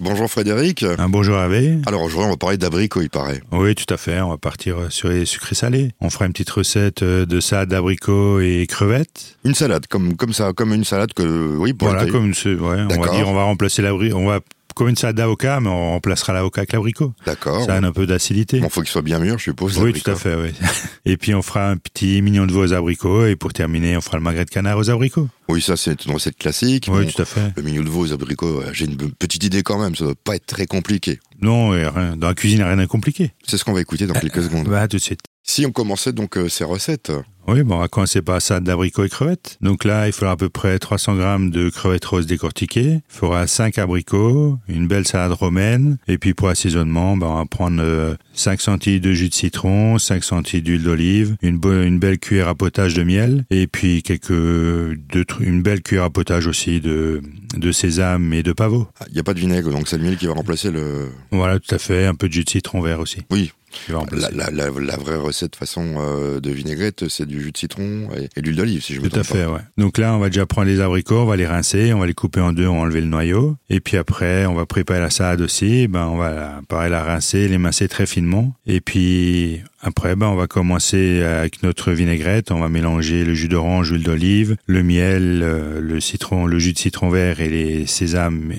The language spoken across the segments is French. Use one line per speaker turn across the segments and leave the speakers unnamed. Bonjour Frédéric.
Un bonjour Hervé.
Alors aujourd'hui, on va parler d'abricots, il paraît.
Oui, tout à fait. On va partir sur les sucrés salés. On fera une petite recette euh, de salade d'abricots et crevettes.
Une salade, comme, comme ça, comme une salade que. Oui, pour
Voilà,
le thé.
comme une, se- ouais, on va
D'accord.
dire, on va remplacer l'abricot. On va comme une salade d'avocat, mais on remplacera l'avocat avec l'abricot.
D'accord.
Ça donne un peu d'acidité.
Oh, Bon, faut qu'il soit bien mûr, je suppose.
oui,
l'abricot.
tout à fait. Oui. Et puis on fera un petit mignon de veau aux abricots. Et pour terminer, on fera le magret de canard aux abricots.
Oui, ça, c'est une recette classique.
Oui,
Bon,
tout à fait.
le milieu de veau aux abricots, euh, j'ai une b- petite idée quand même, ça doit pas être très compliqué.
Non, et rien- dans la cuisine, rien n'est compliqué.
C'est ce qu'on va écouter dans quelques secondes.
Bah, à tout de suite.
Si on commençait donc euh, ces recettes,
Oui, bon, on va commencer par la salade d'abricots et crevettes. Donc là, il faudra à peu près 300 grammes de crevettes roses décortiquées. Il faudra 5 abricots, une belle salade romaine. Et puis pour assaisonnement, ben, on va prendre euh, 5 centilitres de jus de citron, 5 centilitres d'huile d'olive, une, bo- une belle cuillère à potage de miel. Et puis quelques, deux tru- une belle cuillère à potage aussi de, de sésame et de pavot.
il n'y a pas de vinaigre, donc c'est le miel qui va remplacer le.
Voilà, tout à fait. Un peu de jus de citron vert aussi.
Oui.
qui va remplacer.
La, la- la- la vraie recette façon euh, de vinaigrette, c'est du jus de citron et, et de l'huile d'olive, si je me
Tout à
trompe pas.
fait, ouais. Donc là, on va déjà prendre les abricots, on va les rincer, on va les couper en deux, on va enlever le noyau. Et puis après, on va préparer la salade aussi. Ben, on va, la- pareil, la rincer, l'émincer très finement. Et puis après, ben, on va commencer avec notre vinaigrette. On va mélanger le jus d'orange, l'huile d'olive, le miel, euh, le citron, le jus de citron vert et les sésames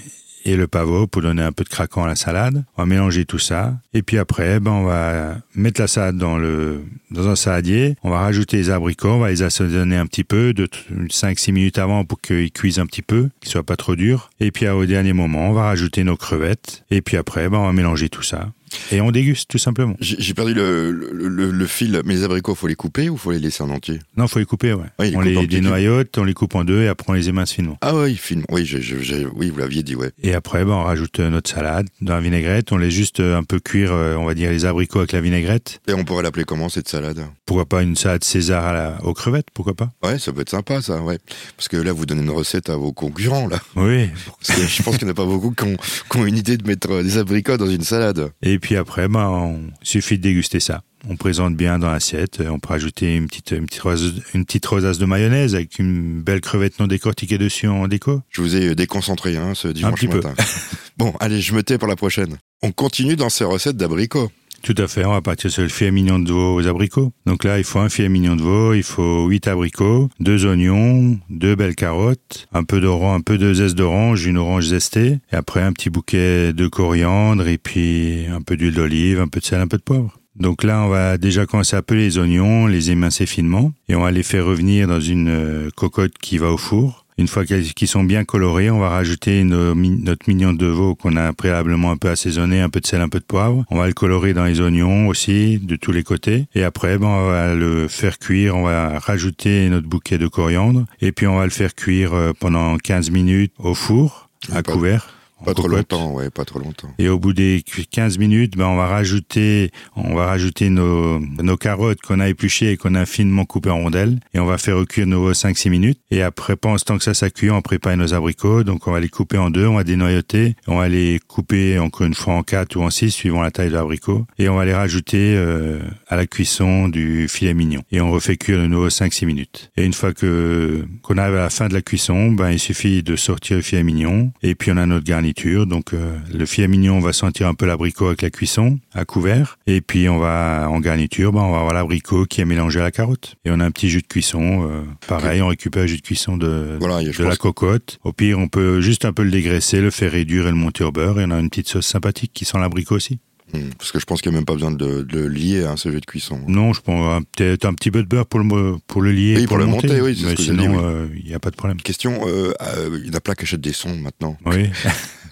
et le pavot pour donner un peu de craquant à la salade. On va mélanger tout ça. Et puis après, ben, on va mettre la salade dans le, dans un saladier. On va rajouter les abricots. On va les assaisonner un petit peu de 5-6 minutes avant pour qu'ils cuisent un petit peu, qu'ils soient pas trop durs. Et puis au dernier moment, on va rajouter nos crevettes. Et puis après, ben, on va mélanger tout ça. Et on déguste tout simplement.
J'ai j'ai perdu le, le- le- le fil. Mais les abricots, faut les couper ou faut les laisser en entier
Non, faut les couper, ouais.
Oui, les
on
coupe en
les
petits
dénoyote, on les coupe en deux et après on les émince finement.
Ah oui, film. Oui, j'ai- j'ai- j'ai- oui, vous l'aviez dit, ouais.
Et après, ben, on rajoute euh, notre salade dans la vinaigrette. On laisse juste euh, un peu cuire, euh, on va dire, les abricots avec la vinaigrette.
Et on pourrait l'appeler comment cette salade
Pourquoi pas une salade César à la- aux crevettes, pourquoi pas
Ouais, ça peut être sympa, ça, ouais. Parce que là, vous donnez une recette à vos concurrents, là.
Oui.
Parce que je pense qu'il n'y en a pas beaucoup qui ont, qui ont une idée de mettre euh, des abricots dans une salade.
Et puis après, ben, on suffit de déguster ça. On présente bien dans l'assiette, euh, on peut rajouter une petite, une, petite rose- une petite rosace de mayonnaise avec une belle crevette non décortiquée dessus en déco.
Je vous ai déconcentré, hein, ce dimanche
petit peu.
matin. bon, allez, je me tais pour la prochaine. On continue dans ces recettes d'abricots.
Tout à fait, on va partir sur le filet mignon de veau aux abricots. Donc là, il faut un filet mignon de veau, il faut 8 abricots, deux oignons, deux belles carottes, un peu d'orange, un peu de zeste d'orange, une orange zestée, et après un petit bouquet de coriandre, et puis un peu d'huile d'olive, un peu de sel, un peu de poivre. Donc là, on va déjà commencer à peler les oignons, les émincer finement, et on va les faire revenir dans une euh, cocotte qui va au four. Une fois qu'elles- qu'ils sont bien colorés, on va rajouter nos mi- notre mignon de veau qu'on a préalablement un peu assaisonné, un peu de sel, un peu de poivre. On va le colorer dans les oignons aussi, de tous les côtés. Et après, ben, on va le faire cuire, on va rajouter notre bouquet de coriandre. Et puis, on va le faire cuire euh, pendant 15 minutes au four, à
Pas-
couvert. en
Pas trop
cocotte.
longtemps, ouais, pas trop longtemps.
Et au bout des 15 minutes, ben, on va rajouter, on va rajouter nos, nos carottes qu'on a épluchées et qu'on a finement coupées en rondelles. Et on va faire recuire nos 5-6 minutes. Et après, pendant ce temps que ça s'accueille, on prépare nos abricots. Donc, on va les couper en deux, on va dénoyauter. On va les couper encore une fois en 4 ou en 6, suivant la taille de l'abricot. Et on va les rajouter, euh, à la cuisson du filet mignon. Et on refait cuire de nouveau 5-6 minutes. Et une fois que, qu'on arrive à la fin de la cuisson, ben, il suffit de sortir le filet mignon. Et puis, on a notre garniture. Donc, euh, le filet mignon, on va sentir un peu l'abricot avec la cuisson, à couvert. Et puis, on va, en garniture, ben, on va avoir l'abricot qui est mélangé à la carotte. Et on a un petit jus de cuisson. euh, pareil, on récupère le jus de cuisson de,
Voilà, et je
de la
pense
cocotte. Au pire, on peut juste un peu le dégraisser, le faire réduire et le monter au beurre. Et on a une petite sauce sympathique qui sent l'abricot aussi.
Hmm, Parce que je pense qu'il n'y a même pas besoin de, le- de le lier, hein, ce jeu de cuisson.
Non, je prends euh, peut-être un petit peu de beurre pour le, mo- pour le lier.
Oui,
et
pour le monter, oui, c'est ce
Mais
que j'ai dit,
sinon,
oui.
euh, il n'y a pas de problème.
Question, euh, euh, il y en a plein qui achètent des sons maintenant.
Oui.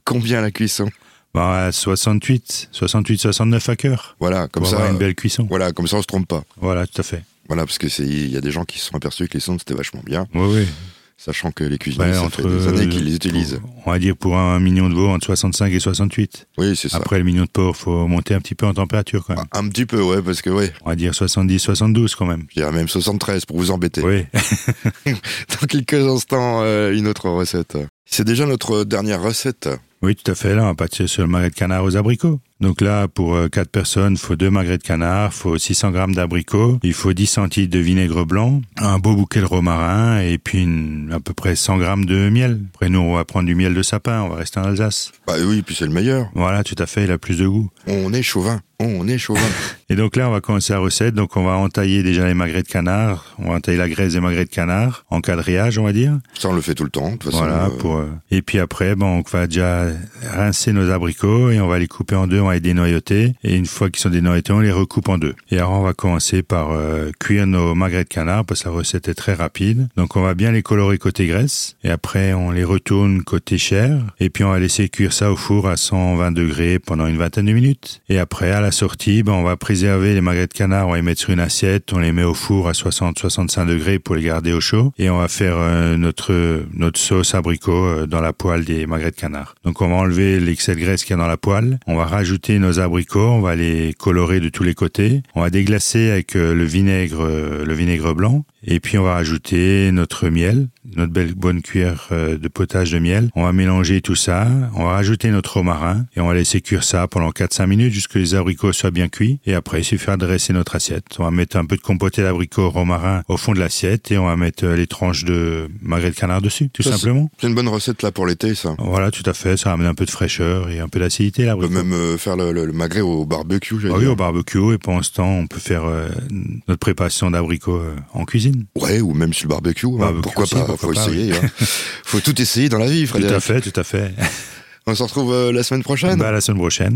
Combien la cuisson
bah, à 68, 68, 69 à cœur.
Voilà, comme
pour
ça.
avoir une
euh,
belle cuisson.
Voilà, comme ça on se trompe pas.
Voilà, tout à fait.
Voilà, parce que c'est il y a des gens qui se sont aperçus que les sondes c'était vachement bien,
Oui, oui.
sachant que les cuisiniers
Ouais,
ça fait des années qu'ils les
euh,
utilisent.
pour- on va dire pour un million de veau entre 65 et 68.
Oui, c'est ça.
Après le million de porc, faut monter un petit peu en température quand même.
Un- Un petit peu, ouais, parce que ouais,
On va dire 70, 72 quand même.
je dirais même 73 pour vous embêter.
Oui.
Dans quelques instants, euh, une autre recette. C'est déjà notre dernière recette.
Oui, tout à fait. Là, on va partir sur le magret de canard aux abricots. Donc là, pour euh, quatre personnes, faut deux magrets de canard, faut 600 grammes d'abricots, il faut 10 centilitres de vinaigre blanc, un beau bouquet de romarin et puis une- à peu près 100 grammes de miel. Après, nous, on va prendre du miel de sapin, on va rester en Alsace.
Bah oui, puis c'est le meilleur.
Voilà, tout à fait, il a plus de goût.
On est chauvin. On est chauvin.
Et donc là, on va commencer la recette. Donc on va entailler déjà les magrets de canard. On va entailler la graisse des magrets de canard en quadrillage, on va dire.
Ça, on le fait tout le temps. De toute façon,
Voilà.
euh,
Pour. euh, Et puis après, bon, on va déjà rincer nos abricots et on va les couper en deux, on va les dénoyauter. Et une fois qu'ils sont dénoyautés, on les recoupe en deux. Et alors on va commencer par euh, cuire nos magrets de canard parce que la recette est très rapide. Donc on va bien les colorer côté graisse. Et après, on les retourne côté chair. Et puis on va laisser cuire ça au four à 120 degrés pendant une vingtaine de minutes. Et après, à la sortie, ben, on va préserver les magrets de canard, on va les mettre sur une assiette, on les met au four à 60-65 degrés pour les garder au chaud. Et on va faire euh, notre, euh, notre sauce abricot euh, dans la poêle des magrets de canard. Donc on va enlever l'excès de graisse qu'il y a dans la poêle. On va rajouter nos abricots, on va les colorer de tous les côtés. On va déglacer avec euh, le vinaigre, euh, le vinaigre blanc. Et puis on va rajouter notre miel, notre belle bonne cuillère euh, de potage de miel. On va mélanger tout ça, on va rajouter notre romarin et on va laisser cuire ça pendant 4-5 minutes jusqu'à ce que les abricots soient bien cuits. Et après, il suffira de dresser notre assiette. On va mettre un peu de compoté d'abricot romarin au fond de l'assiette et on va mettre euh, les tranches de magret de canard dessus, tout
Ça,
simplement.
C'est une bonne recette là pour l'été, ça.
Voilà, tout à fait, ça ramène un peu de fraîcheur et un peu d'acidité
On peut
l'abricot.
même euh, faire le, le- le magret au barbecue, j'allais
Ah oui,
dire.
au barbecue, et pendant ce temps, on peut faire euh, notre préparation d'abricot euh, en cuisine.
Ouais, ou même sur le barbecue. hein,
Barbecue
pourquoi
aussi,
pas
pourquoi
Faut
pas,
essayer. hein. Faut tout essayer dans la vie,
Tout à
Frédéric.
fait, tout à fait.
On se retrouve euh, la semaine prochaine.
Bah, à la semaine prochaine.